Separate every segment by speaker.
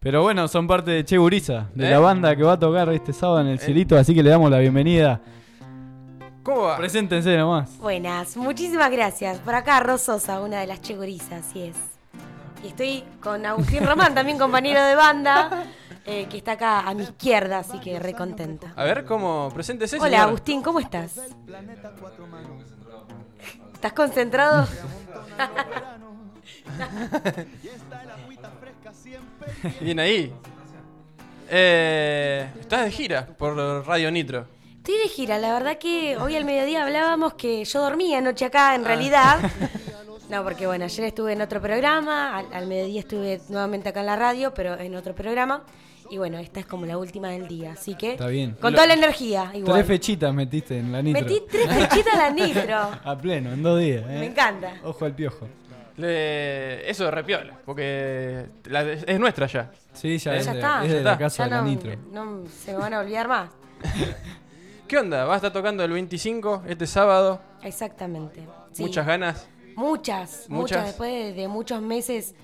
Speaker 1: Pero bueno, son parte de Che Guriza, de la banda que va a tocar este sábado en el cielito, así que le damos la bienvenida.
Speaker 2: ¿Cómo va?
Speaker 1: Preséntense nomás.
Speaker 3: Buenas, muchísimas gracias. Por acá Rososa, una de las chegorizas, así es. Y estoy con Agustín Román, también compañero de banda, eh, que está acá a mi izquierda, así que recontenta.
Speaker 2: A ver, ¿cómo? Preséntese,
Speaker 3: Hola
Speaker 2: señora.
Speaker 3: Agustín, ¿cómo estás? ¿Estás concentrado?
Speaker 2: Bien ahí. Eh, estás de gira por Radio Nitro.
Speaker 3: Estoy de gira, la verdad que hoy al mediodía hablábamos que yo dormía anoche acá, en realidad. No, porque bueno, ayer estuve en otro programa, al, al mediodía estuve nuevamente acá en la radio, pero en otro programa. Y bueno, esta es como la última del día, así que...
Speaker 1: Está bien.
Speaker 3: Con toda la energía, igual.
Speaker 1: Tres fechitas metiste en la nitro.
Speaker 3: Metí tres flechitas a la nitro.
Speaker 1: A pleno, en dos días. ¿eh?
Speaker 3: Me encanta.
Speaker 1: Ojo al piojo.
Speaker 2: Le- eso es repiola, porque la- es nuestra ya.
Speaker 1: Sí, ya,
Speaker 2: Ya
Speaker 1: es, de-
Speaker 3: está.
Speaker 1: es de
Speaker 2: Ya
Speaker 1: la
Speaker 2: está.
Speaker 1: casa
Speaker 3: Ya
Speaker 1: de la
Speaker 3: no,
Speaker 1: nitro.
Speaker 3: no se me van a olvidar más.
Speaker 2: ¿Qué onda? ¿Vas a estar tocando el 25 este sábado?
Speaker 3: Exactamente. Sí.
Speaker 2: Muchas ganas.
Speaker 3: Muchas, muchas,
Speaker 2: Muchas.
Speaker 3: después de, de muchos meses,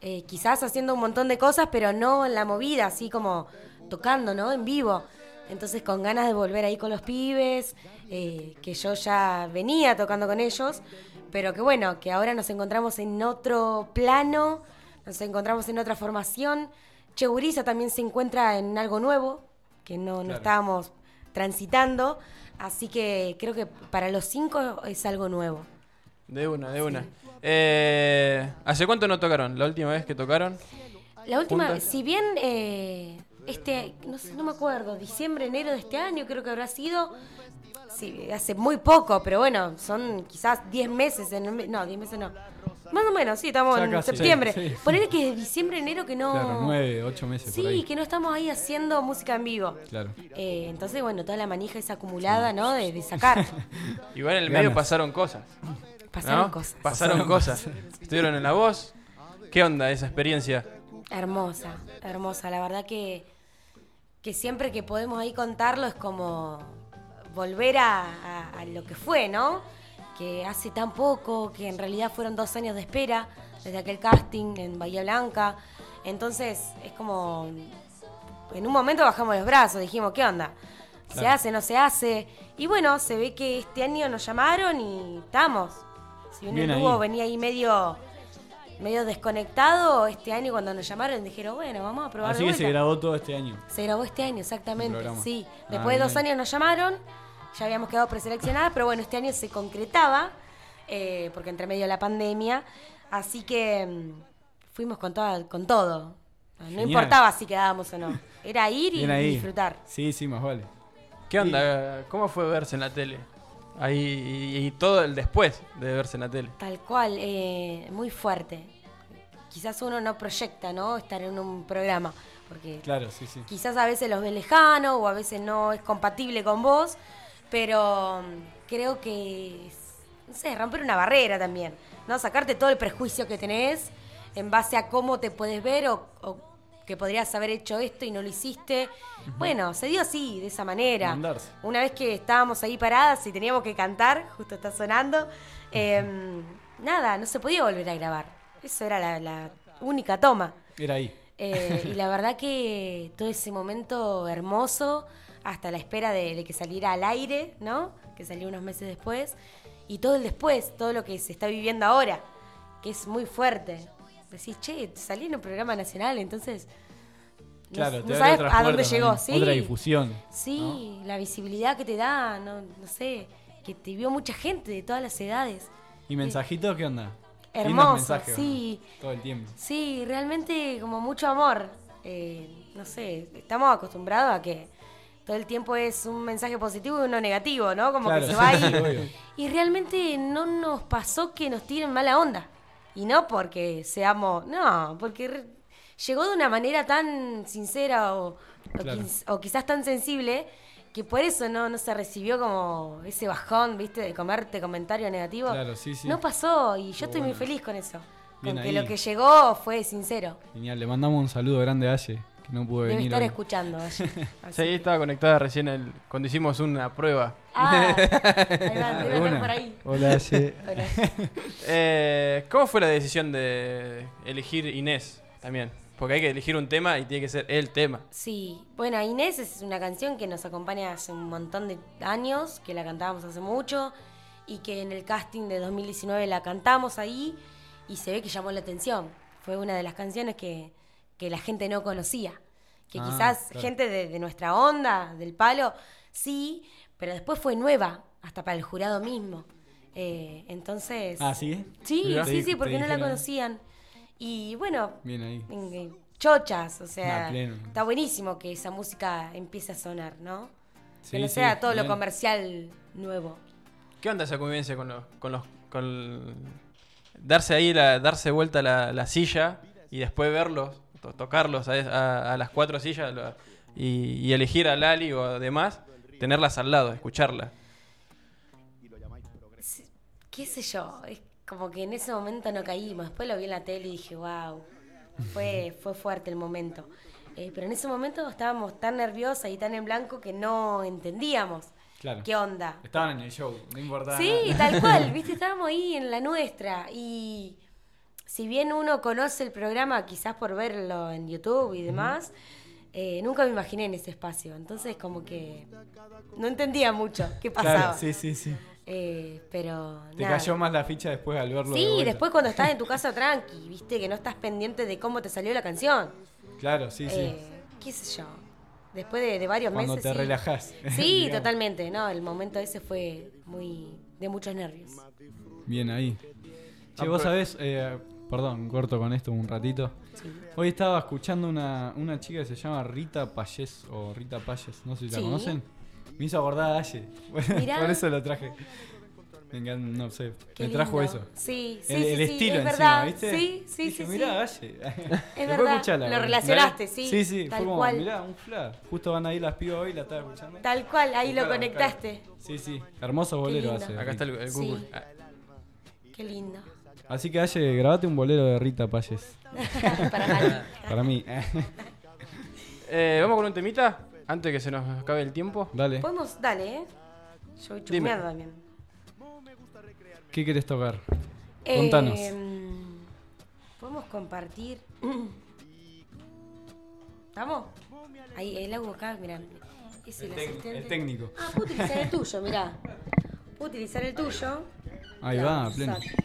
Speaker 3: eh, quizás haciendo un montón de cosas, pero no en la movida, así como tocando, ¿no? En vivo. Entonces, con ganas de volver ahí con los pibes, eh, que yo ya venía tocando con ellos, pero que bueno, que ahora nos encontramos en otro plano, nos encontramos en otra formación. Che Guriza también se encuentra en algo nuevo, que no, no estábamos transitando, así que creo que para los cinco es algo nuevo.
Speaker 2: De una, de una. Eh, ¿Hace cuánto no tocaron? ¿La última vez que tocaron?
Speaker 3: La última,
Speaker 2: juntas.
Speaker 3: si bien eh, este, no sé, no me acuerdo, diciembre, enero de este año creo que habrá sido, sí, hace muy poco, pero bueno, son quizás 10 meses, en, el me- no, 10 meses no, más o menos, sí, estamos
Speaker 1: Ya
Speaker 3: en
Speaker 1: casi,
Speaker 3: septiembre.
Speaker 1: sí, sí.
Speaker 3: Ponele que es diciembre, enero que no...
Speaker 1: Claro, nueve, ocho meses por
Speaker 3: sí,
Speaker 1: ahí.
Speaker 3: que no estamos ahí haciendo música en vivo.
Speaker 1: Claro.
Speaker 3: Eh, entonces, bueno, toda la manija es acumulada, ¿no? De, de sacar.
Speaker 2: Igual en el
Speaker 1: Ganas.
Speaker 2: medio pasaron cosas. ¿no?
Speaker 3: Pasaron cosas.
Speaker 2: Pasaron cosas. Estuvieron en la voz. ¿Qué onda esa experiencia?
Speaker 3: Hermosa, hermosa. La verdad que, que siempre que podemos ahí contarlo es como volver a, a- a lo que fue, ¿no? Que hace tan poco, que en realidad fueron dos años de espera desde aquel casting en Bahía Blanca. Entonces es como, en un momento bajamos los brazos, dijimos, ¿qué onda? ¿Se
Speaker 1: Claro.
Speaker 3: hace, no se hace? Y bueno, se ve que este año nos llamaron y estamos. Si bien,
Speaker 1: Bien
Speaker 3: el
Speaker 1: ahí.
Speaker 3: dúo venía ahí medio medio desconectado este año cuando nos llamaron dijeron, bueno, vamos a probar
Speaker 1: Así
Speaker 3: de
Speaker 1: que
Speaker 3: vuelta.
Speaker 1: se grabó todo este año.
Speaker 3: Se grabó este año, exactamente,
Speaker 1: El programa.
Speaker 3: sí.
Speaker 1: Ah,
Speaker 3: Después de dos
Speaker 1: bien.
Speaker 3: años nos llamaron, ya habíamos quedado preseleccionadas, pero bueno, este año se concretaba, eh, porque entre medio de la pandemia, así que mm, fuimos con, toda, con todo. No
Speaker 1: Genial.
Speaker 3: importaba si quedábamos o no, era ir y
Speaker 1: Bien ahí.
Speaker 3: disfrutar.
Speaker 1: Sí, sí, más vale.
Speaker 2: ¿Qué onda? ¿Cómo fue verse en la tele? Ahí y, y todo el después de verse en la tele.
Speaker 3: Tal cual, eh, muy fuerte. Quizás uno no proyecta, ¿no? Estar en un programa, porque
Speaker 1: Claro, sí, sí.
Speaker 3: quizás a veces los ves lejano o a veces no es compatible con vos, pero mm, creo que es, no sé, romper una barrera también, ¿no? Sacarte todo el prejuicio que tenés en base a cómo te puedes ver o, o que podrías haber hecho esto y no lo hiciste. Bueno, se dio así, de esa manera.
Speaker 1: Mandarse.
Speaker 3: Una vez que estábamos ahí paradas y teníamos que cantar, justo está sonando, em, nada, no se podía volver a grabar. Eso era la- la única toma.
Speaker 1: Era ahí.
Speaker 3: Eh, y la verdad que todo ese momento hermoso, hasta la espera de, de que saliera al aire, ¿no? Que salió unos meses después. Y todo el después, todo lo que se está viviendo ahora, que es muy fuerte. Decís, che, salí en un programa nacional, entonces. no-
Speaker 1: Claro,
Speaker 3: no,
Speaker 1: te abre
Speaker 3: sabes
Speaker 1: otras
Speaker 3: a dónde
Speaker 1: puertas
Speaker 3: llegó,
Speaker 1: también,
Speaker 3: sí.
Speaker 1: Otra difusión.
Speaker 3: Sí, la visibilidad que te da, no, no sé, que te vio mucha gente de todas las edades.
Speaker 1: ¿Y mensajitos qué onda? Lindos
Speaker 3: Hermoso,
Speaker 1: mensajes,
Speaker 3: sí.
Speaker 1: ¿no? Todo el tiempo.
Speaker 3: Sí, realmente como mucho amor. Eh, no sé, estamos acostumbrados a que todo el tiempo es un mensaje positivo y uno negativo, ¿no? Como
Speaker 1: Claro,
Speaker 3: que se va
Speaker 1: sí,
Speaker 3: ahí.
Speaker 1: obvio.
Speaker 3: Y realmente no nos pasó que nos tiren mala onda. Y no porque seamos, no, porque re- llegó de una manera tan sincera o, o
Speaker 1: Claro.
Speaker 3: quiz- o quizás tan sensible que por eso no, no se recibió como ese bajón, viste, de comerte comentario negativo.
Speaker 1: Claro, sí, sí.
Speaker 3: No pasó y yo estoy muy
Speaker 1: bueno.
Speaker 3: feliz con eso.
Speaker 1: Bien
Speaker 3: Porque
Speaker 1: ahí.
Speaker 3: lo que llegó fue sincero.
Speaker 1: Genial, le mandamos un saludo grande a Aye, que no pudo
Speaker 3: Debe
Speaker 1: venir.
Speaker 3: estar
Speaker 1: hoy.
Speaker 3: escuchando. Valle. Así
Speaker 2: Sí,
Speaker 3: que-
Speaker 2: estaba conectada recién el- cuando hicimos una prueba.
Speaker 3: Ah, ahí va, debe
Speaker 1: Alguna.
Speaker 3: andar por ahí.
Speaker 1: Ah, Hola, Aye.
Speaker 3: Hola.
Speaker 2: Eh, ¿Cómo fue la decisión de elegir Inés también? Porque hay que elegir un tema y tiene que ser el tema.
Speaker 3: Sí, bueno, Inés es una canción que nos acompaña hace un montón de años, que la cantábamos hace mucho y que en el casting de 2019 la cantamos ahí y se ve que llamó la atención. Fue una de las canciones que, que la gente no conocía, que
Speaker 1: Ah,
Speaker 3: quizás
Speaker 1: claro.
Speaker 3: gente de, de nuestra onda, del palo, sí, pero después fue nueva, hasta para el jurado mismo. Eh, entonces...
Speaker 1: Ah, ¿sí?
Speaker 3: Sí,
Speaker 1: Mirá.
Speaker 3: sí,
Speaker 1: Te-
Speaker 3: sí,
Speaker 1: te
Speaker 3: porque no la
Speaker 1: dijeron.
Speaker 3: conocían. Y bueno,
Speaker 1: Bien ahí.
Speaker 3: en- en chochas, o sea,
Speaker 1: Ah, pleno.
Speaker 3: está buenísimo que esa música empiece a sonar, ¿no?
Speaker 1: Sí,
Speaker 3: que no
Speaker 1: sí,
Speaker 3: sea todo
Speaker 1: bien.
Speaker 3: lo comercial nuevo.
Speaker 2: ¿Qué onda esa convivencia con los. con los. con. el- darse ahí, la, darse vuelta la, la silla y después verlos, to- tocarlos a, es- a- a las cuatro sillas lo- y, y elegir a Lali o a demás, tenerlas al lado, escucharlas.
Speaker 3: ¿Qué sé yo? Es como que en ese momento no caímos. Después lo vi en la tele y dije, wow, fue, fue fuerte el momento. Eh, pero en ese momento estábamos tan nerviosas y tan en blanco que no entendíamos
Speaker 1: Claro.
Speaker 3: qué onda.
Speaker 1: Estaban en el show, no importaba.
Speaker 3: Sí,
Speaker 1: nada.
Speaker 3: tal cual, viste, estábamos ahí en la nuestra y si bien uno conoce el programa quizás por verlo en YouTube y demás, eh, nunca me imaginé en ese espacio, entonces como que no entendía mucho qué pasaba.
Speaker 1: Claro, sí, sí, sí.
Speaker 3: Eh, pero
Speaker 1: Te
Speaker 3: nada.
Speaker 1: cayó más la ficha después al verlo. de
Speaker 3: Sí,
Speaker 1: vuelta.
Speaker 3: después cuando estás en tu casa tranqui, viste que no estás pendiente de cómo te salió la canción.
Speaker 1: Claro, sí, sí.
Speaker 3: Eh, qué sé yo. Después de, de varios
Speaker 1: Cuando
Speaker 3: meses.
Speaker 1: te
Speaker 3: sí.
Speaker 1: relajás.
Speaker 3: Sí,
Speaker 1: digamos.
Speaker 3: totalmente. No, el momento ese fue muy de muchos nervios.
Speaker 1: Bien ahí. Che, vos sabés, eh, perdón, corto con esto un ratito.
Speaker 3: Sí.
Speaker 1: Hoy estaba escuchando una, una chica que se llama Rita Payés o Rita Payés, no sé si la
Speaker 3: Sí.
Speaker 1: conocen. Me hizo acordar a Aye.
Speaker 3: Mirá.
Speaker 1: Por eso lo traje. Me encanta, no sé.
Speaker 3: Qué
Speaker 1: me trajo
Speaker 3: lindo.
Speaker 1: eso.
Speaker 3: Sí, sí,
Speaker 1: el
Speaker 3: sí,
Speaker 1: el
Speaker 3: sí,
Speaker 1: estilo
Speaker 3: es
Speaker 1: encima,
Speaker 3: verdad.
Speaker 1: ¿viste?
Speaker 3: Sí, sí,
Speaker 1: Dije,
Speaker 3: sí,
Speaker 1: mirá,
Speaker 3: sí.
Speaker 1: Aye. Después
Speaker 3: verdad,
Speaker 1: escuchala,
Speaker 3: lo
Speaker 1: boludo.
Speaker 3: relacionaste,
Speaker 1: Dale.
Speaker 3: sí,
Speaker 1: Sí, sí,
Speaker 3: tal
Speaker 1: fue como,
Speaker 3: cual.
Speaker 1: mirá, un flash. Justo van ahí las pibas hoy, la estaba escuchando.
Speaker 3: Tal cual, ahí lo
Speaker 1: Buscala,
Speaker 3: conectaste.
Speaker 1: buscala. Sí, sí. Hermoso bolero
Speaker 3: lindo.
Speaker 1: hace.
Speaker 2: Acá está el, el Google.
Speaker 3: Sí.
Speaker 2: Ah,
Speaker 3: Qué lindo.
Speaker 1: Así que Aye, grabate un bolero de Rita Payés.
Speaker 3: Para mal.
Speaker 1: Para mí.
Speaker 2: eh, Vamos con un temita, antes que se nos acabe el tiempo.
Speaker 1: Dale.
Speaker 3: Podemos, dale, ¿eh? Yo voy
Speaker 2: Dime.
Speaker 3: chusmeada también.
Speaker 1: ¿Qué querés tocar?
Speaker 3: Eh,
Speaker 1: Contanos.
Speaker 3: Podemos compartir. ¿Estamos? Ahí, el agua acá, mirá. Es el, asistente.
Speaker 1: el técnico.
Speaker 3: Ah, puedo utilizar el tuyo, mirá. Puedo utilizar el tuyo.
Speaker 1: Ahí
Speaker 3: Claro,
Speaker 1: va, a pleno.
Speaker 3: exacto.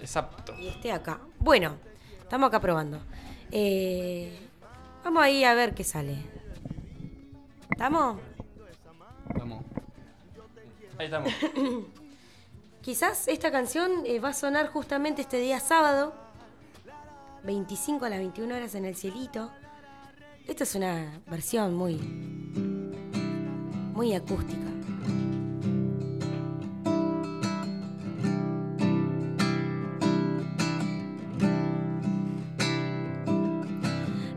Speaker 2: Exacto.
Speaker 3: y esté acá. Bueno, estamos acá probando. Eh, vamos ahí a ver qué sale. ¿Estamos?
Speaker 1: Vamos.
Speaker 2: Ahí estamos.
Speaker 3: Quizás esta canción eh, va a sonar justamente este día sábado, 25 a las 21 horas en el cielito. Esto es una versión muy, muy acústica.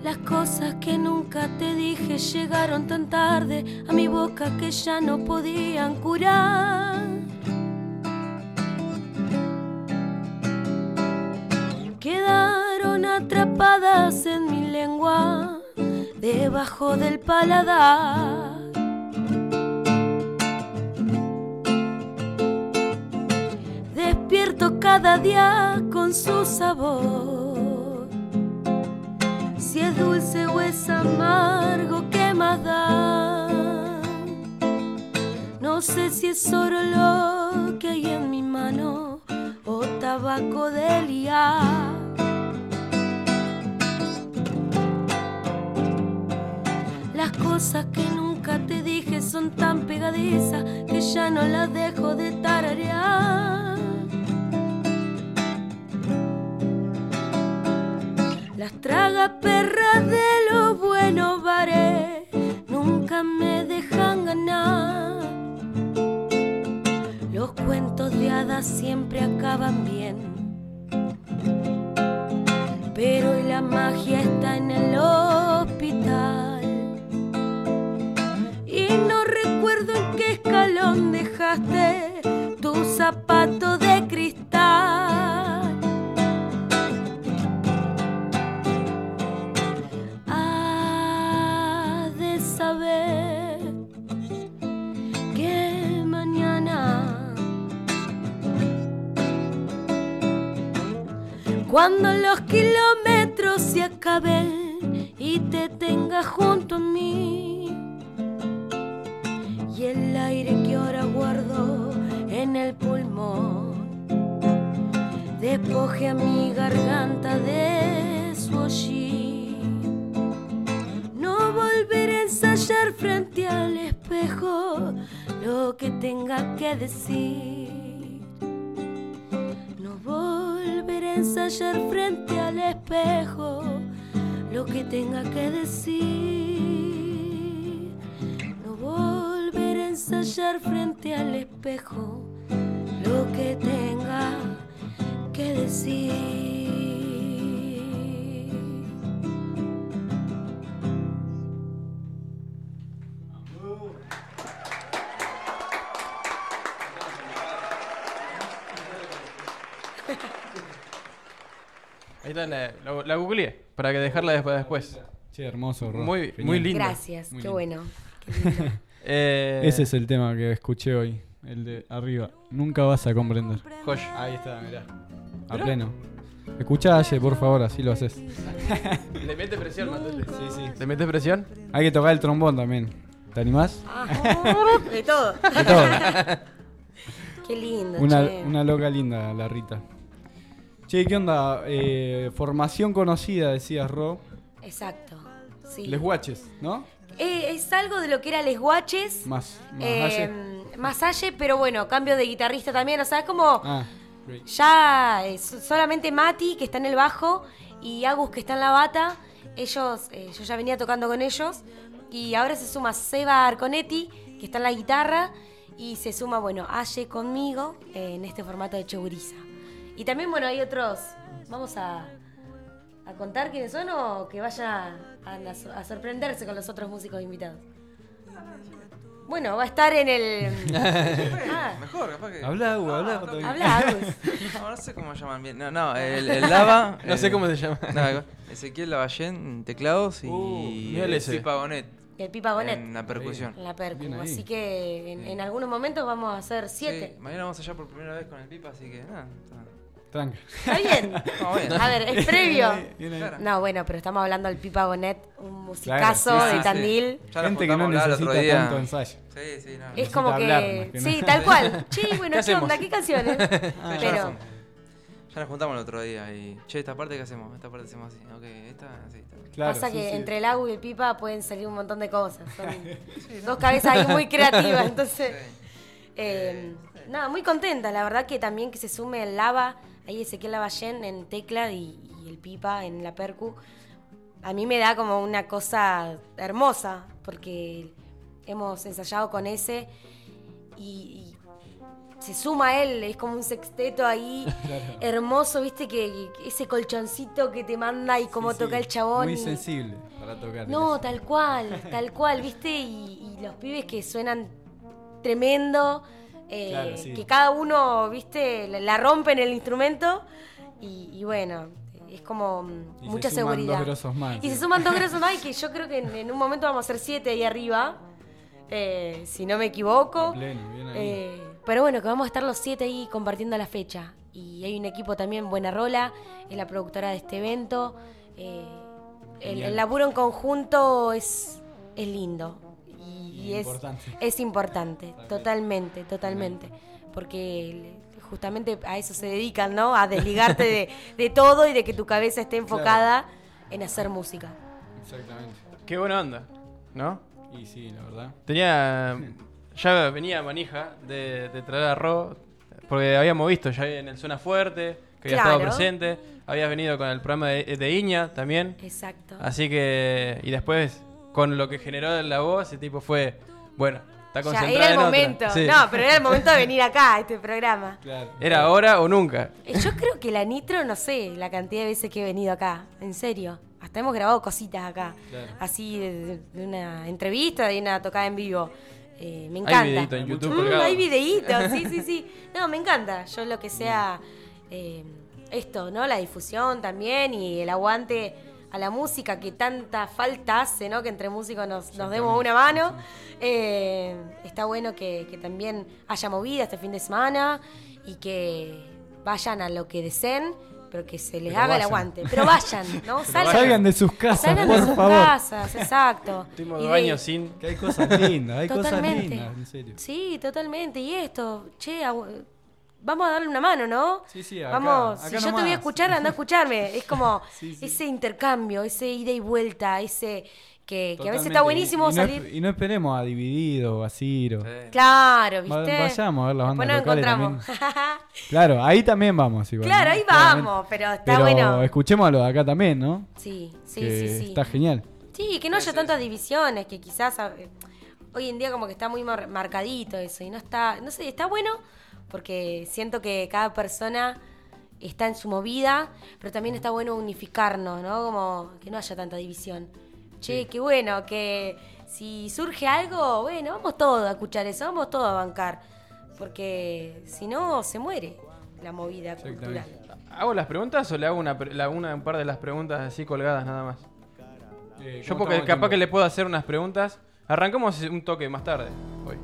Speaker 3: Las cosas que nunca te dije llegaron tan tarde a mi boca que ya no podían curar. quedaron atrapadas en mi lengua, debajo del paladar. Despierto cada día con su sabor. Si es dulce o es amargo, ¿qué más da? No sé si es oro lo que hay en mi mano o tabaco de liar. Las cosas que nunca te dije son tan pegadizas que ya no las dejo de tararear. Las traga perras de los buenos bares nunca me dejan ganar. Los cuentos de hadas siempre acaban bien. Pero hoy la magia está en el hospital. Y no recuerdo en qué escalón dejaste tu zapato de cristal. Has de saber que mañana cuando los kilómetros se acabe y te tenga junto a mí. Y el aire que ahora guardo en el pulmón despoje a mi garganta de su hollín. No volveré a ensayar frente al espejo lo que tenga que decir. No volveré a ensayar frente al espejo lo que tenga que decir. No volveré a ensayar frente al espejo lo que tenga que decir.
Speaker 2: Ahí está, la, la, la googleé para que dejarla después. después.
Speaker 1: Che, hermoso, Ro.
Speaker 2: Muy-
Speaker 1: Genial.
Speaker 2: muy lindo.
Speaker 3: Gracias,
Speaker 1: Muy
Speaker 3: qué
Speaker 1: lindo.
Speaker 3: bueno. qué lindo.
Speaker 2: Eh,
Speaker 1: Ese es el tema que escuché hoy, el de arriba. Nunca vas a comprender.
Speaker 2: joya.
Speaker 1: Ahí está, mirá. A pleno. Escuchá, Aye, por favor, así lo haces.
Speaker 2: Le metes presión, Matute. Sí, sí. ¿Le metes presión?
Speaker 1: Hay que tocar el trombón también. ¿Te animás?
Speaker 3: Ajá, Ah, De todo.
Speaker 1: De todo.
Speaker 3: Qué lindo.
Speaker 1: Una,
Speaker 3: che.
Speaker 1: una loca linda, la Rita. Che, ¿qué onda? Eh, formación conocida, decías, Ro.
Speaker 3: Exacto. Sí.
Speaker 1: Les guaches, ¿no?
Speaker 3: Eh, es algo de lo que era Les Guaches.
Speaker 1: Más, más Aye.
Speaker 3: eh, Más Aye, pero bueno, cambio de guitarrista también. O sea, es como
Speaker 1: Ah, great.
Speaker 3: ya eh, so- solamente Mati, que está en el bajo, y Agus, que está en la bata. Ellos, eh, yo ya venía tocando con ellos. Y ahora se suma Seba Arconetti, que está en la guitarra. Y se suma, bueno, Aye conmigo eh, en este formato de Choguriza. Y también, bueno, hay otros. Vamos a, a contar quiénes son o que vaya a, la so- a sorprenderse con los otros músicos invitados. Bueno, va a estar en el. Ah,
Speaker 4: Mejor, capaz que.
Speaker 1: Habla, Hugo, habla.
Speaker 4: no,
Speaker 1: Fabi.
Speaker 3: habla, Agus.
Speaker 4: No, no sé cómo llaman bien. No, no, el, el Lava.
Speaker 2: No sé
Speaker 4: el-
Speaker 2: cómo se llama.
Speaker 4: no, Ezequiel Lavallén, teclados y.
Speaker 2: Uh, mirá ese.
Speaker 4: Pipa Bonet.
Speaker 3: Y el Pipa Bonet.
Speaker 4: En la percusión.
Speaker 3: En la percu.
Speaker 1: Bien ahí.
Speaker 3: Así que en, en algunos momentos vamos a hacer siete.
Speaker 4: Sí, mañana vamos allá por primera vez con el Pipa, así que. nada,
Speaker 1: Tranca.
Speaker 3: Está bien.
Speaker 4: Está bien.
Speaker 3: A ver, es previo.
Speaker 1: Bien ahí.
Speaker 4: Claro.
Speaker 3: No, bueno, pero estamos hablando del Pipa Bonet, un musicazo
Speaker 1: Claro,
Speaker 4: sí,
Speaker 3: de
Speaker 4: sí.
Speaker 3: Tandil.
Speaker 4: Ya
Speaker 1: Gente que no
Speaker 4: juntamos a hablar el otro
Speaker 1: necesita
Speaker 4: día.
Speaker 1: tanto ensayo.
Speaker 4: Sí, sí, no.
Speaker 3: Es
Speaker 1: Necesita
Speaker 3: como que.
Speaker 1: hablar más que nada.
Speaker 3: sí,
Speaker 1: Ah,
Speaker 3: tal cual. Che, bueno, ¿qué,
Speaker 2: hacemos?
Speaker 3: onda? ¿Qué canciones?
Speaker 4: Sí, ya,
Speaker 3: pero.
Speaker 4: nos, ya nos juntamos el otro día y. Che, esta parte que hacemos, esta parte hacemos así. Ok, esta, así, esta.
Speaker 1: Claro,
Speaker 3: Pasa
Speaker 1: sí,
Speaker 3: que
Speaker 1: sí.
Speaker 3: entre el agua y el pipa pueden salir un montón de cosas. Son dos cabezas ahí muy creativas. Entonces, eh, nada, muy contenta. La verdad que también que se sume el Lava, ahí Ezequiel Lavallén en tecla y, y el pipa en la percu. A mí me da como una cosa hermosa porque hemos ensayado con ese y, y se suma él, es como un sexteto ahí hermoso, viste que que ese colchoncito que te manda y cómo
Speaker 1: Sí, sí.
Speaker 3: toca el chabón.
Speaker 1: Muy
Speaker 3: y-
Speaker 1: sensible para tocar.
Speaker 3: no, tal cual, tal cual, viste, y, y los pibes que suenan tremendo, eh,
Speaker 1: Claro, sí.
Speaker 3: que cada uno, viste, la, la rompe en el instrumento y, y bueno, es como mm,
Speaker 1: Y se
Speaker 3: mucha
Speaker 1: suman
Speaker 3: seguridad.
Speaker 1: dos grosos más, sí.
Speaker 3: y se suman dos grosos más y que yo creo que en, en un momento vamos a ser siete ahí arriba, eh, si no me equivoco.
Speaker 1: A pleno, bien ahí.
Speaker 3: Eh, pero bueno, que vamos a estar los siete ahí compartiendo la fecha. Y hay un equipo también, Buena Rola, es la productora de este evento. Eh, el,
Speaker 1: Genial.
Speaker 3: el laburo en conjunto es, es lindo. Y,
Speaker 1: Y
Speaker 3: y es
Speaker 1: importante.
Speaker 3: es importante, totalmente, totalmente. Porque le- justamente a eso se dedican, ¿no? A desligarte de, de todo y de que tu cabeza esté enfocada en hacer música.
Speaker 1: Exactamente.
Speaker 2: Qué buena onda, ¿no?
Speaker 1: Y sí, la verdad.
Speaker 2: Tenía. Ya venía manija de, de traer a Ro. Porque habíamos visto ya en el Zona Fuerte, que había estado
Speaker 3: Claro.
Speaker 2: presente. Habías venido con el programa de, de Iña también.
Speaker 3: Exacto.
Speaker 2: Así que. Y después, con lo que generó la voz, el tipo fue. Bueno, está
Speaker 3: Ya,
Speaker 2: concentrado.
Speaker 3: era el
Speaker 2: en otra".
Speaker 3: momento.
Speaker 2: Sí.
Speaker 3: No, pero era el momento de venir acá a este programa.
Speaker 1: Claro.
Speaker 2: Era ahora o nunca.
Speaker 3: Eh, Yo creo que la Nitro, no sé la cantidad de veces que he venido acá, en serio. Hasta hemos grabado cositas acá,
Speaker 1: Claro.
Speaker 3: así de, de- de una entrevista, de una tocada en vivo. Eh, me encanta.
Speaker 2: Hay videito en YouTube
Speaker 1: mucho-
Speaker 3: Mm,
Speaker 2: colgado.
Speaker 3: hay videitos, sí, sí, sí. No, me encanta. Yo lo que sea eh, esto, ¿no? La difusión también y el aguante a la música que tanta falta hace, ¿no? Que entre músicos nos, nos demos una mano. Eh, está bueno que, que también haya movida este fin de semana y que vayan a lo que deseen, pero que se les
Speaker 5: Pero
Speaker 3: haga el
Speaker 5: vayan.
Speaker 3: aguante. Pero vayan, ¿no? Salgan,
Speaker 1: Salgan de sus casas,
Speaker 3: salgan de
Speaker 1: por
Speaker 3: sus
Speaker 1: favor.
Speaker 3: casas, exacto.
Speaker 2: Estuvimos
Speaker 3: Y
Speaker 2: dos
Speaker 3: de-
Speaker 2: años sin.
Speaker 1: Que hay cosas lindas, hay cosas
Speaker 3: Totalmente.
Speaker 1: lindas, en serio.
Speaker 3: Sí, totalmente. Y esto, che, agu- vamos a darle una mano, ¿no?
Speaker 1: Sí, sí, acá-
Speaker 3: Vamos,
Speaker 1: acá
Speaker 3: si yo te voy a
Speaker 1: nomás.
Speaker 3: escuchar, anda a escucharme. Es como
Speaker 1: Sí, sí.
Speaker 3: ese intercambio, ese ida y vuelta, ese que, que a veces está
Speaker 1: Totalmente.
Speaker 3: buenísimo
Speaker 1: y, y no
Speaker 3: salir.
Speaker 1: esp- y no esperemos a Dividido o a Ciro.
Speaker 4: Sí.
Speaker 3: Claro,
Speaker 1: Va-
Speaker 3: ¿viste?
Speaker 1: vayamos a ver las
Speaker 3: Después
Speaker 1: bandas
Speaker 3: nos
Speaker 1: locales
Speaker 3: encontramos.
Speaker 1: Claro, ahí también vamos. Igual,
Speaker 3: claro,
Speaker 1: ¿no?
Speaker 3: ahí
Speaker 1: Claramente.
Speaker 3: vamos, pero está
Speaker 1: Pero
Speaker 3: bueno.
Speaker 1: escuchémoslo de acá también, ¿no?
Speaker 3: Sí, sí,
Speaker 1: Que
Speaker 3: sí, sí.
Speaker 1: Está genial.
Speaker 3: Sí, que no haya tantas divisiones, que quizás a- eh, hoy en día como que está muy mar- marcadito eso y no está, no sé, está bueno porque siento que cada persona está en su movida, pero también está bueno unificarnos, ¿no? Como que no haya tanta división. Che, qué bueno, que si surge algo, bueno, vamos todos a escuchar eso, vamos todos a bancar, porque si no, se muere la movida cultural.
Speaker 2: ¿Hago las preguntas o le hago una, pre- la- una un par de las preguntas así colgadas nada más?
Speaker 1: Eh,
Speaker 2: Yo porque capaz que le puedo hacer unas preguntas. Arrancamos un toque más tarde. Hoy.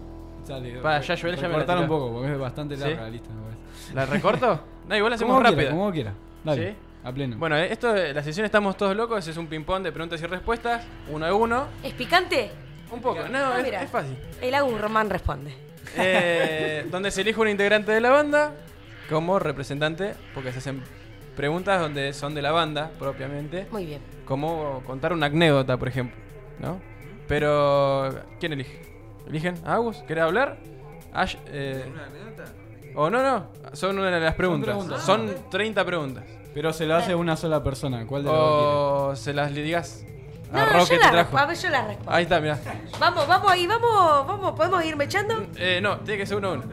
Speaker 2: Pa, ya Joel ya me la
Speaker 1: Recortar un
Speaker 2: tiró.
Speaker 1: poco, porque es bastante
Speaker 2: ¿Sí?
Speaker 1: larga la lista, me parece.
Speaker 2: ¿La recorto? no, igual la hacemos
Speaker 1: Como quiera,
Speaker 2: rápida.
Speaker 1: como quiera. Dale,
Speaker 2: ¿Sí?
Speaker 1: a pleno.
Speaker 2: Bueno, eh, esto, eh, la sesión Estamos Todos Locos es un ping-pong de preguntas y respuestas, uno a uno.
Speaker 3: ¿Es picante?
Speaker 2: Un poco, no,
Speaker 3: Ah,
Speaker 2: es,
Speaker 3: mira.
Speaker 2: es fácil.
Speaker 3: El Agus Román responde.
Speaker 2: Eh, donde se elige un integrante de la banda como representante, porque se hacen preguntas donde son de la banda propiamente,
Speaker 3: Muy bien.
Speaker 2: como contar una anécdota, por ejemplo, ¿no? Pero, ¿quién elige? ¿Eligen? ¿Agus? ¿Querés hablar? Ash, eh,
Speaker 4: ¿Una anécdota?
Speaker 2: o no, no, son una de las preguntas. Son,
Speaker 1: preguntas.
Speaker 2: 30 preguntas.
Speaker 1: Pero se lo hace una sola persona, ¿cuál de los dos
Speaker 2: O se las ligas
Speaker 3: No,
Speaker 2: a Roque
Speaker 3: yo
Speaker 2: te
Speaker 3: la
Speaker 2: trajo.
Speaker 3: respondo, a ver, yo la respondo.
Speaker 2: Ahí está, mirá.
Speaker 3: Vamos, vamos ahí, vamos, vamos, podemos irme echando.
Speaker 2: Eh, no, tiene que ser uno a uno.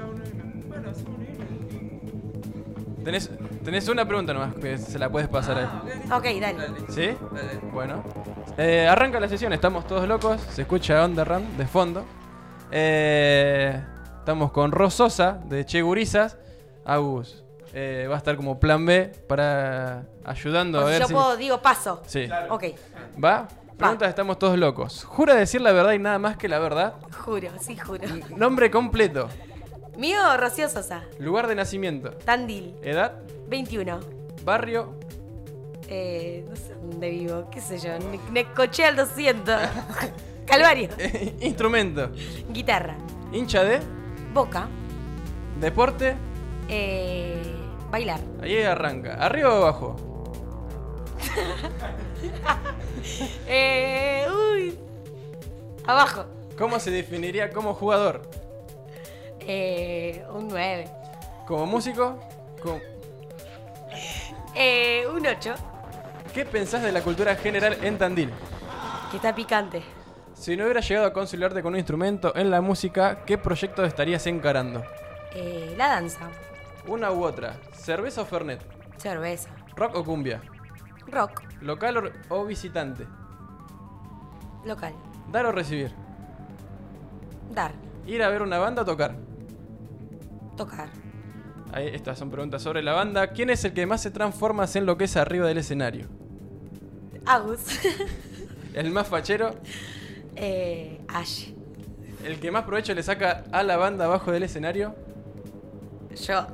Speaker 2: Tenés, tenés una pregunta nomás que se la puedes pasar
Speaker 4: Ah,
Speaker 2: ahí.
Speaker 4: ok.
Speaker 3: Ok, dale.
Speaker 4: Dale.
Speaker 2: ¿Sí?
Speaker 4: Dale.
Speaker 2: Bueno. Eh, arranca la sesión, estamos todos locos. Se escucha On The Run de fondo. Eh, estamos con Ros Sosa de Che Gurizas. Agus eh, va a estar como plan B para ayudando a
Speaker 3: O si
Speaker 2: ver
Speaker 3: yo
Speaker 2: si.
Speaker 3: puedo, digo, paso.
Speaker 2: Sí.
Speaker 3: Ok,
Speaker 2: ¿Va? Preguntas, estamos todos locos. Jura decir la verdad y nada más que la verdad.
Speaker 3: juro, sí, juro.
Speaker 2: N- Nombre completo.
Speaker 3: Mío, Rocío Sosa,
Speaker 2: Lugar de nacimiento.
Speaker 3: Tandil,
Speaker 2: Edad,
Speaker 3: 21.
Speaker 2: barrio,
Speaker 3: Eh, no sé dónde vivo, qué sé yo. Ne- Necochea al 200. Calvario,
Speaker 2: instrumento,
Speaker 3: guitarra,
Speaker 2: hincha de,
Speaker 3: boca,
Speaker 2: deporte,
Speaker 3: eh, bailar.
Speaker 2: ahí arranca. ¿Arriba o abajo?
Speaker 3: Eh, uy. Abajo,
Speaker 2: ¿Cómo se definiría como jugador?
Speaker 3: eh, un 9.
Speaker 2: ¿Como músico? ¿Cómo-
Speaker 3: Eh, un 8,
Speaker 2: ¿Qué pensás de la cultura general en Tandil?
Speaker 3: que está picante.
Speaker 2: Si no hubieras llegado a conciliarte con un instrumento en la música, ¿qué proyecto estarías encarando?
Speaker 3: Eh, la danza,
Speaker 2: Una u otra, cerveza o fernet,
Speaker 3: cerveza,
Speaker 2: rock o cumbia,
Speaker 3: rock,
Speaker 2: local or- o visitante,
Speaker 3: local.
Speaker 2: dar o recibir,
Speaker 3: Dar,
Speaker 2: ir a ver una banda o tocar.
Speaker 3: tocar.
Speaker 2: Ahí, estas son preguntas sobre la banda. ¿Quién es el que más se transforma, se enloquece arriba del escenario?
Speaker 3: Agus.
Speaker 2: El más fachero,
Speaker 3: eh, Ash.
Speaker 2: el que más provecho le saca a la banda abajo del escenario.
Speaker 3: Yo.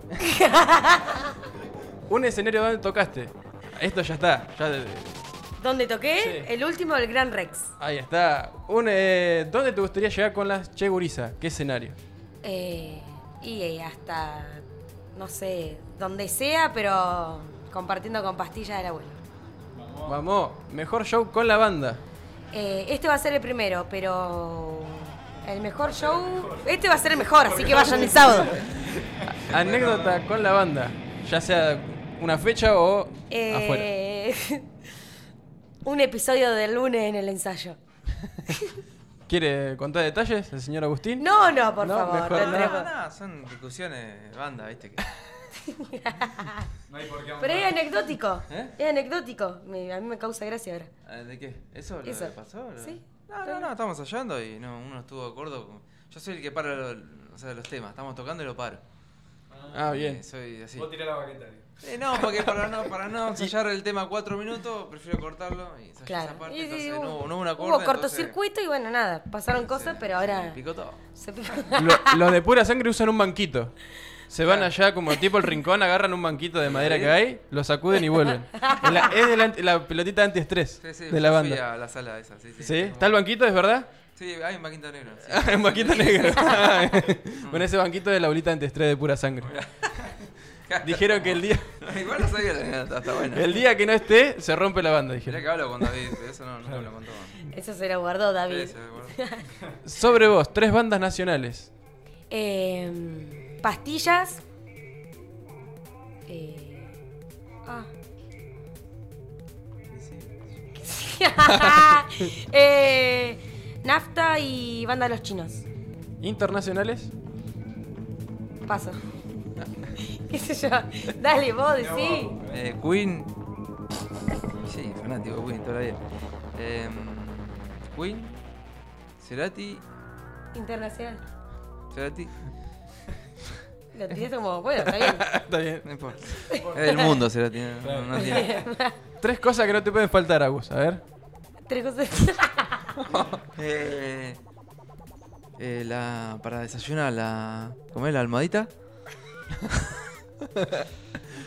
Speaker 2: Un escenario donde tocaste. Esto ya está. ya-
Speaker 3: ¿Dónde toqué?
Speaker 2: Sí.
Speaker 3: El último, el Gran Rex.
Speaker 2: ahí está. Un, eh, ¿Dónde te gustaría llegar con las Che Guriza? ¿Qué escenario?
Speaker 3: Eh, y eh, hasta, no sé, donde sea, pero compartiendo con pastillas del abuelo.
Speaker 2: Vamos, mejor show con la banda.
Speaker 3: Eh, este va a ser el primero, pero el mejor show... Este va a ser el mejor, así que vayan el sábado.
Speaker 2: Anécdota con la banda. Ya sea una fecha o afuera.
Speaker 3: Eh, un episodio del lunes en el ensayo.
Speaker 2: ¿Quiere contar detalles el señor Agustín?
Speaker 3: No, no, por
Speaker 2: No,
Speaker 3: favor.
Speaker 2: mejor
Speaker 3: no
Speaker 2: no.
Speaker 3: entremos.
Speaker 4: No, no, son discusiones de banda, viste. que-
Speaker 3: Pero es anecdótico.
Speaker 4: ¿Eh?
Speaker 3: Es anecdótico. Me- a mí me causa gracia ahora.
Speaker 4: Eh, ¿De qué? ¿Eso lo
Speaker 3: Eso.
Speaker 4: que pasó? Lo-
Speaker 3: Sí.
Speaker 4: No, no, no, estamos hallando y no, uno estuvo de acuerdo. con- Yo soy el que para lo- o sea, los temas, estamos tocando y lo paro.
Speaker 2: Ah, bien.
Speaker 4: Eh, soy así.
Speaker 1: quiere? la baqueta.
Speaker 4: Eh, no, porque para no, para no ensayar el tema cuatro minutos, prefiero cortarlo y ensayar
Speaker 3: Claro.
Speaker 4: esa parte.
Speaker 3: Y- y
Speaker 4: Entonces,
Speaker 3: hubo-
Speaker 4: no, hubo- no hubo un acuerdo.
Speaker 3: Hubo cortocircuito y bueno, nada. Pasaron cosas, pero ahora.
Speaker 4: Picó todo.
Speaker 3: se-
Speaker 2: Lo- los de pura sangre usan un banquito. Se van allá como tipo el rincón, agarran un banquito de madera que hay, lo sacuden y vuelven. Es la, es de la, anti- la pelotita antiestrés
Speaker 4: Sí, sí,
Speaker 2: de la
Speaker 4: yo fui
Speaker 2: banda.
Speaker 4: a la sala esa, sí, sí.
Speaker 2: ¿Sí? ¿Está el banquito, es verdad?
Speaker 4: Sí, hay un banquito negro. sí.
Speaker 2: un banquito negro.
Speaker 4: Mm.
Speaker 2: bueno, ese banquito de la bolita antiestrés de pura sangre. Dijeron que el día,
Speaker 4: Igual no sabía la anécdota, está buena.
Speaker 2: el día que no esté, se rompe la banda,
Speaker 4: Mirá
Speaker 2: dijeron.
Speaker 4: que hablo con David, pero eso no, nunca me lo contó.
Speaker 3: Eso se lo guardó David.
Speaker 4: Sí, sí, bueno.
Speaker 2: Sobre vos, tres bandas nacionales.
Speaker 3: Eh, pastillas. Eh, ah. Eh, nafta y banda de los chinos.
Speaker 2: ¿Internacionales?
Speaker 3: Paso. ¿Qué sé yo? Dale, vos decí.
Speaker 4: Eh, Queen. Sí, fanático de Queen toda la vida. Eh, Queen. Cerati.
Speaker 3: Internacional.
Speaker 4: Cerati.
Speaker 3: Lo tienes como, bueno, está bien.
Speaker 2: Está bien.
Speaker 4: No importa. Es del mundo Cerati. no- No, no tiene.
Speaker 2: Tres cosas que no te pueden faltar, Agus. A ver.
Speaker 3: Tres cosas.
Speaker 4: Eh, eh, la, para desayunar, la. ¿Cómo es la almohadita?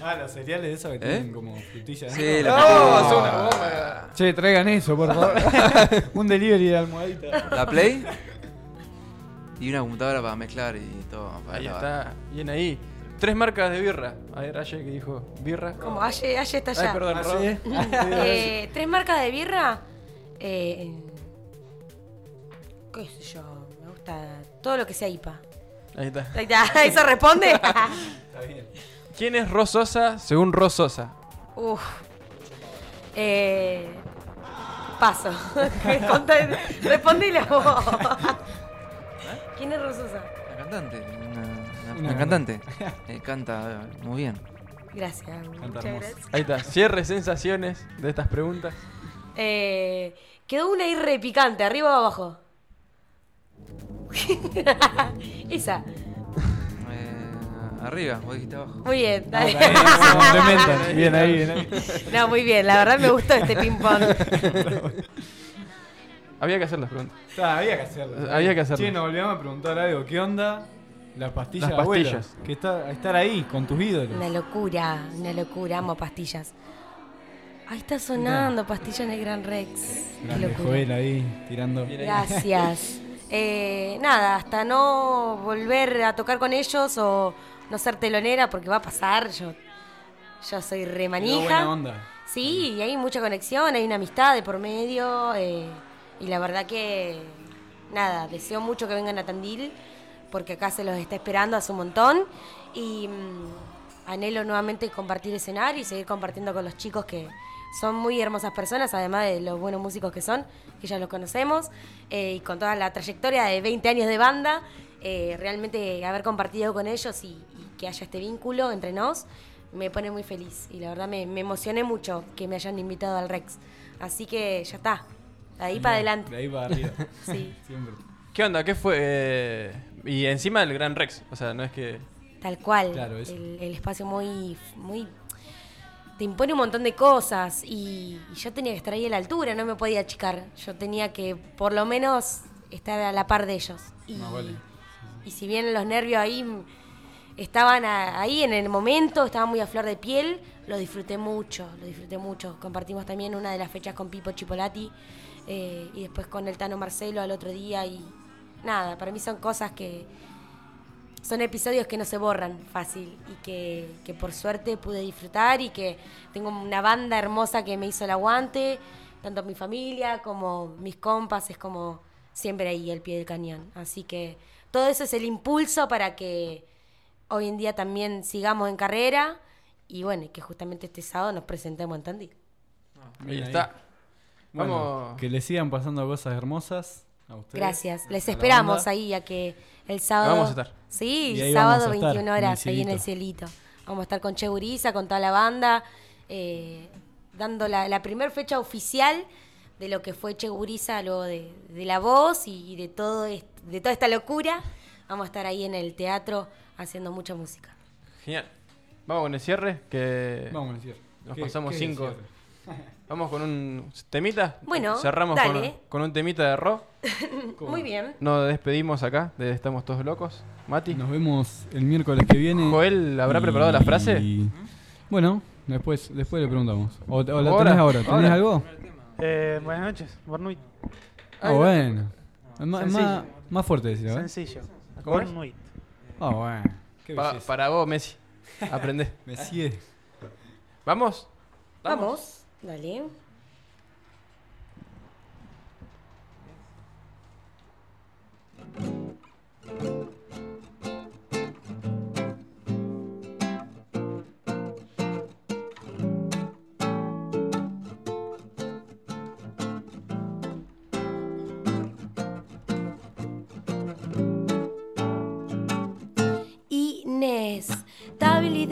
Speaker 1: Ah, los cereales de esos
Speaker 2: ¿Eh?
Speaker 1: que
Speaker 4: tienen
Speaker 1: como frutillas.
Speaker 4: Sí, la,
Speaker 2: ¡Oh! sos una bomba!
Speaker 1: Che, traigan eso, por favor. Un delivery de almohadita.
Speaker 4: la Play. Y una computadora para mezclar y todo. para
Speaker 2: Ahí
Speaker 4: grabar.
Speaker 2: está. Bien ahí. Tres marcas de birra. A ver, Aye que dijo birra.
Speaker 3: Como Aye, Aye está
Speaker 2: Ay,
Speaker 3: allá.
Speaker 2: perdón,
Speaker 1: Ah,
Speaker 2: Rob.
Speaker 1: sí.
Speaker 3: Eh, ¿Tres marcas de birra? Eh, ¿Qué sé yo? Me gusta todo lo que sea IPA.
Speaker 2: Ahí está.
Speaker 3: Ahí está, ¿Eso responde?
Speaker 2: ¿Quién es Rososa según Rososa?
Speaker 3: Uf. Eh, paso. Responde- Respondile a vos. ¿Quién es Rososa?
Speaker 4: Una cantante. Una, una-
Speaker 1: Una
Speaker 4: una cantante. Eh, canta eh, muy bien.
Speaker 3: Gracias. Muchas
Speaker 1: hermoso.
Speaker 3: gracias.
Speaker 2: Ahí está. Cierre sensaciones de estas preguntas.
Speaker 3: Eh, quedó una ahí repicante, arriba o abajo. Esa.
Speaker 4: Eh, arriba, vos dijiste abajo.
Speaker 3: Muy bien, dale.
Speaker 1: Se complementan. Bien ahí, bien ahí.
Speaker 3: No, muy bien, la verdad me gustó este ping-pong.
Speaker 2: Había que hacer las preguntas.
Speaker 1: Está, había que hacerlo.
Speaker 2: Había que hacerlo.
Speaker 1: Che, nos volvíamos a preguntar algo. ¿Qué onda? Las pastillas.
Speaker 2: Las pastillas.
Speaker 1: abuelo, que está, estar ahí con tus ídolos.
Speaker 3: Una locura, una locura, amo pastillas. Ahí está sonando pastillas en el Gran Rex. Qué
Speaker 1: Grande
Speaker 3: locura.
Speaker 1: Joel ahí tirando.
Speaker 2: Bien ahí.
Speaker 3: Gracias. Eh, nada, hasta no volver a tocar con ellos o no ser telonera, porque va a pasar. Yo, yo soy
Speaker 1: Quedó
Speaker 3: remanija.
Speaker 1: buena onda.
Speaker 3: Sí, y hay mucha conexión, hay una amistad de por medio. eh, y la verdad que, nada, deseo mucho que vengan a Tandil, porque acá se los está esperando hace un montón. Y mm, anhelo nuevamente compartir escenario y seguir compartiendo con los chicos que son muy hermosas personas, además de los buenos músicos que son, que ya los conocemos, eh, y con toda la trayectoria de 20 años de banda, eh, realmente haber compartido con ellos y- y que haya este vínculo entre nos me pone muy feliz y la verdad me, me emocioné mucho que me hayan invitado al Rex. Así que ya está, ahí para
Speaker 1: De
Speaker 3: adelante.
Speaker 1: ahí para arriba.
Speaker 3: Sí,
Speaker 1: Siempre.
Speaker 2: ¿Qué onda? ¿Qué fue? Eh, y encima el Gran Rex. O sea, no es que.
Speaker 3: tal cual.
Speaker 1: Claro, eso.
Speaker 3: el, el espacio muy, muy... Te impone un montón de cosas y, y yo tenía que estar ahí a la altura, no me podía achicar. Yo tenía que por lo menos estar a la par de ellos. Y,
Speaker 1: Más vale.
Speaker 3: y si bien los nervios ahí m- estaban a- ahí en el momento, estaban muy a flor de piel, lo disfruté mucho, lo disfruté mucho. Compartimos también una de las fechas con Pipo Chipolati eh, y después con el Tano Marcelo al otro día y nada, para mí son cosas que son episodios que no se borran fácil y que, que por suerte pude disfrutar y que tengo una banda hermosa que me hizo el aguante, tanto mi familia como mis compas, es como siempre ahí al pie del cañón. Así que todo eso es el impulso para que hoy en día también sigamos en carrera y bueno, y que justamente este sábado nos presentemos en Tandil.
Speaker 2: Ahí
Speaker 1: Bien
Speaker 2: está.
Speaker 1: Bueno,
Speaker 2: Vamos.
Speaker 1: Que le sigan pasando cosas hermosas a ustedes.
Speaker 3: Gracias, les
Speaker 1: a la
Speaker 3: esperamos
Speaker 1: banda.
Speaker 3: ahí a que el sábado...
Speaker 2: Vamos a estar.
Speaker 3: Sí,
Speaker 1: Y
Speaker 3: el
Speaker 1: ahí
Speaker 3: sábado
Speaker 1: vamos a estar,
Speaker 3: 21
Speaker 1: en el
Speaker 3: horas ahí en el cielito. Vamos a estar con Che Guriza, con toda la banda, eh, dando la, la primer fecha oficial de lo que fue Che Guriza, luego de, de la voz y, y de, todo est- de toda esta locura. Vamos a estar ahí en el teatro haciendo mucha música.
Speaker 2: Genial. Vamos con el cierre. Que.
Speaker 1: Vamos a decir.
Speaker 2: Nos pasamos cinco. Vamos con un temita.
Speaker 3: Bueno,
Speaker 2: cerramos con,
Speaker 3: dale.
Speaker 2: con un temita de rock.
Speaker 3: Muy bien.
Speaker 2: Nos despedimos acá, de estamos todos locos. Mati,
Speaker 1: Nos vemos el miércoles que viene.
Speaker 2: Joel, ¿habrá preparado la
Speaker 1: Y-
Speaker 2: frase?
Speaker 1: Bueno, después, después le preguntamos. O, o la
Speaker 2: Ahora,
Speaker 1: tenés ahora, ¿tenés
Speaker 2: ahora.
Speaker 1: algo?
Speaker 5: Eh, buenas noches, Bornuit.
Speaker 1: Ah,
Speaker 2: Ay,
Speaker 1: bueno. Es ma-
Speaker 5: Sencillo.
Speaker 1: Más, más fuerte decirlo, ¿eh?
Speaker 5: Sencillo.
Speaker 2: ¿Cómo es?
Speaker 5: Bornuit.
Speaker 1: Ah, bueno. Qué
Speaker 2: Pa-
Speaker 1: belleza.
Speaker 2: para vos, Messi. Aprende.
Speaker 1: Me sigue.
Speaker 2: ¿Vamos?
Speaker 3: Vamos. Dale.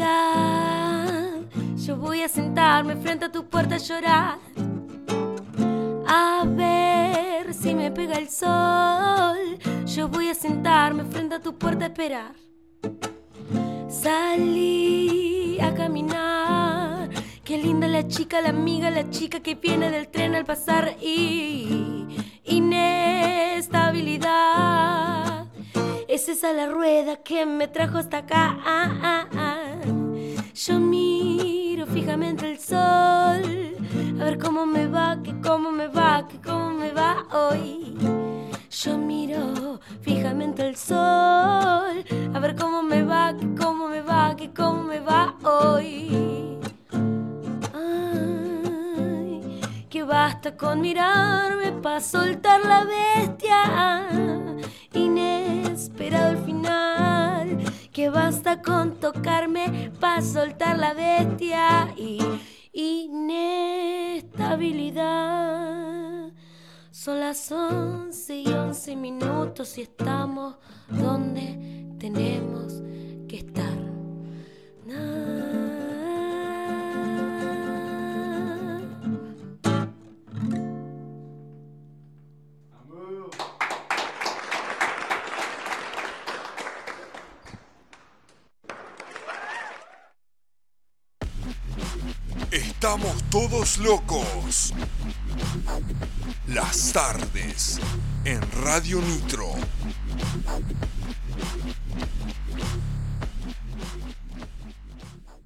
Speaker 3: Inestabilidad. Yo voy a sentarme frente a tu puerta a llorar. A ver si me pega el sol. Yo voy a sentarme frente a tu puerta a esperar. Salí a caminar. Qué linda la chica, la amiga, la chica que viene del tren al pasar y inestabilidad. Es esa la rueda que me trajo hasta acá. Ah, Yo miro fijamente el sol, a ver cómo me va, que cómo me va, que cómo me va hoy. Yo miro fijamente el sol, a ver cómo me va, que cómo me va, que cómo me va hoy. Ay, que basta con mirarme para soltar la bestia. Inesperado el final. Que basta con tocarme para soltar la bestia. Y inestabilidad. Son las 11 y 11 minutos y estamos donde tenemos que estar. Na-
Speaker 6: Estamos todos locos. Las tardes en Radio Nitro.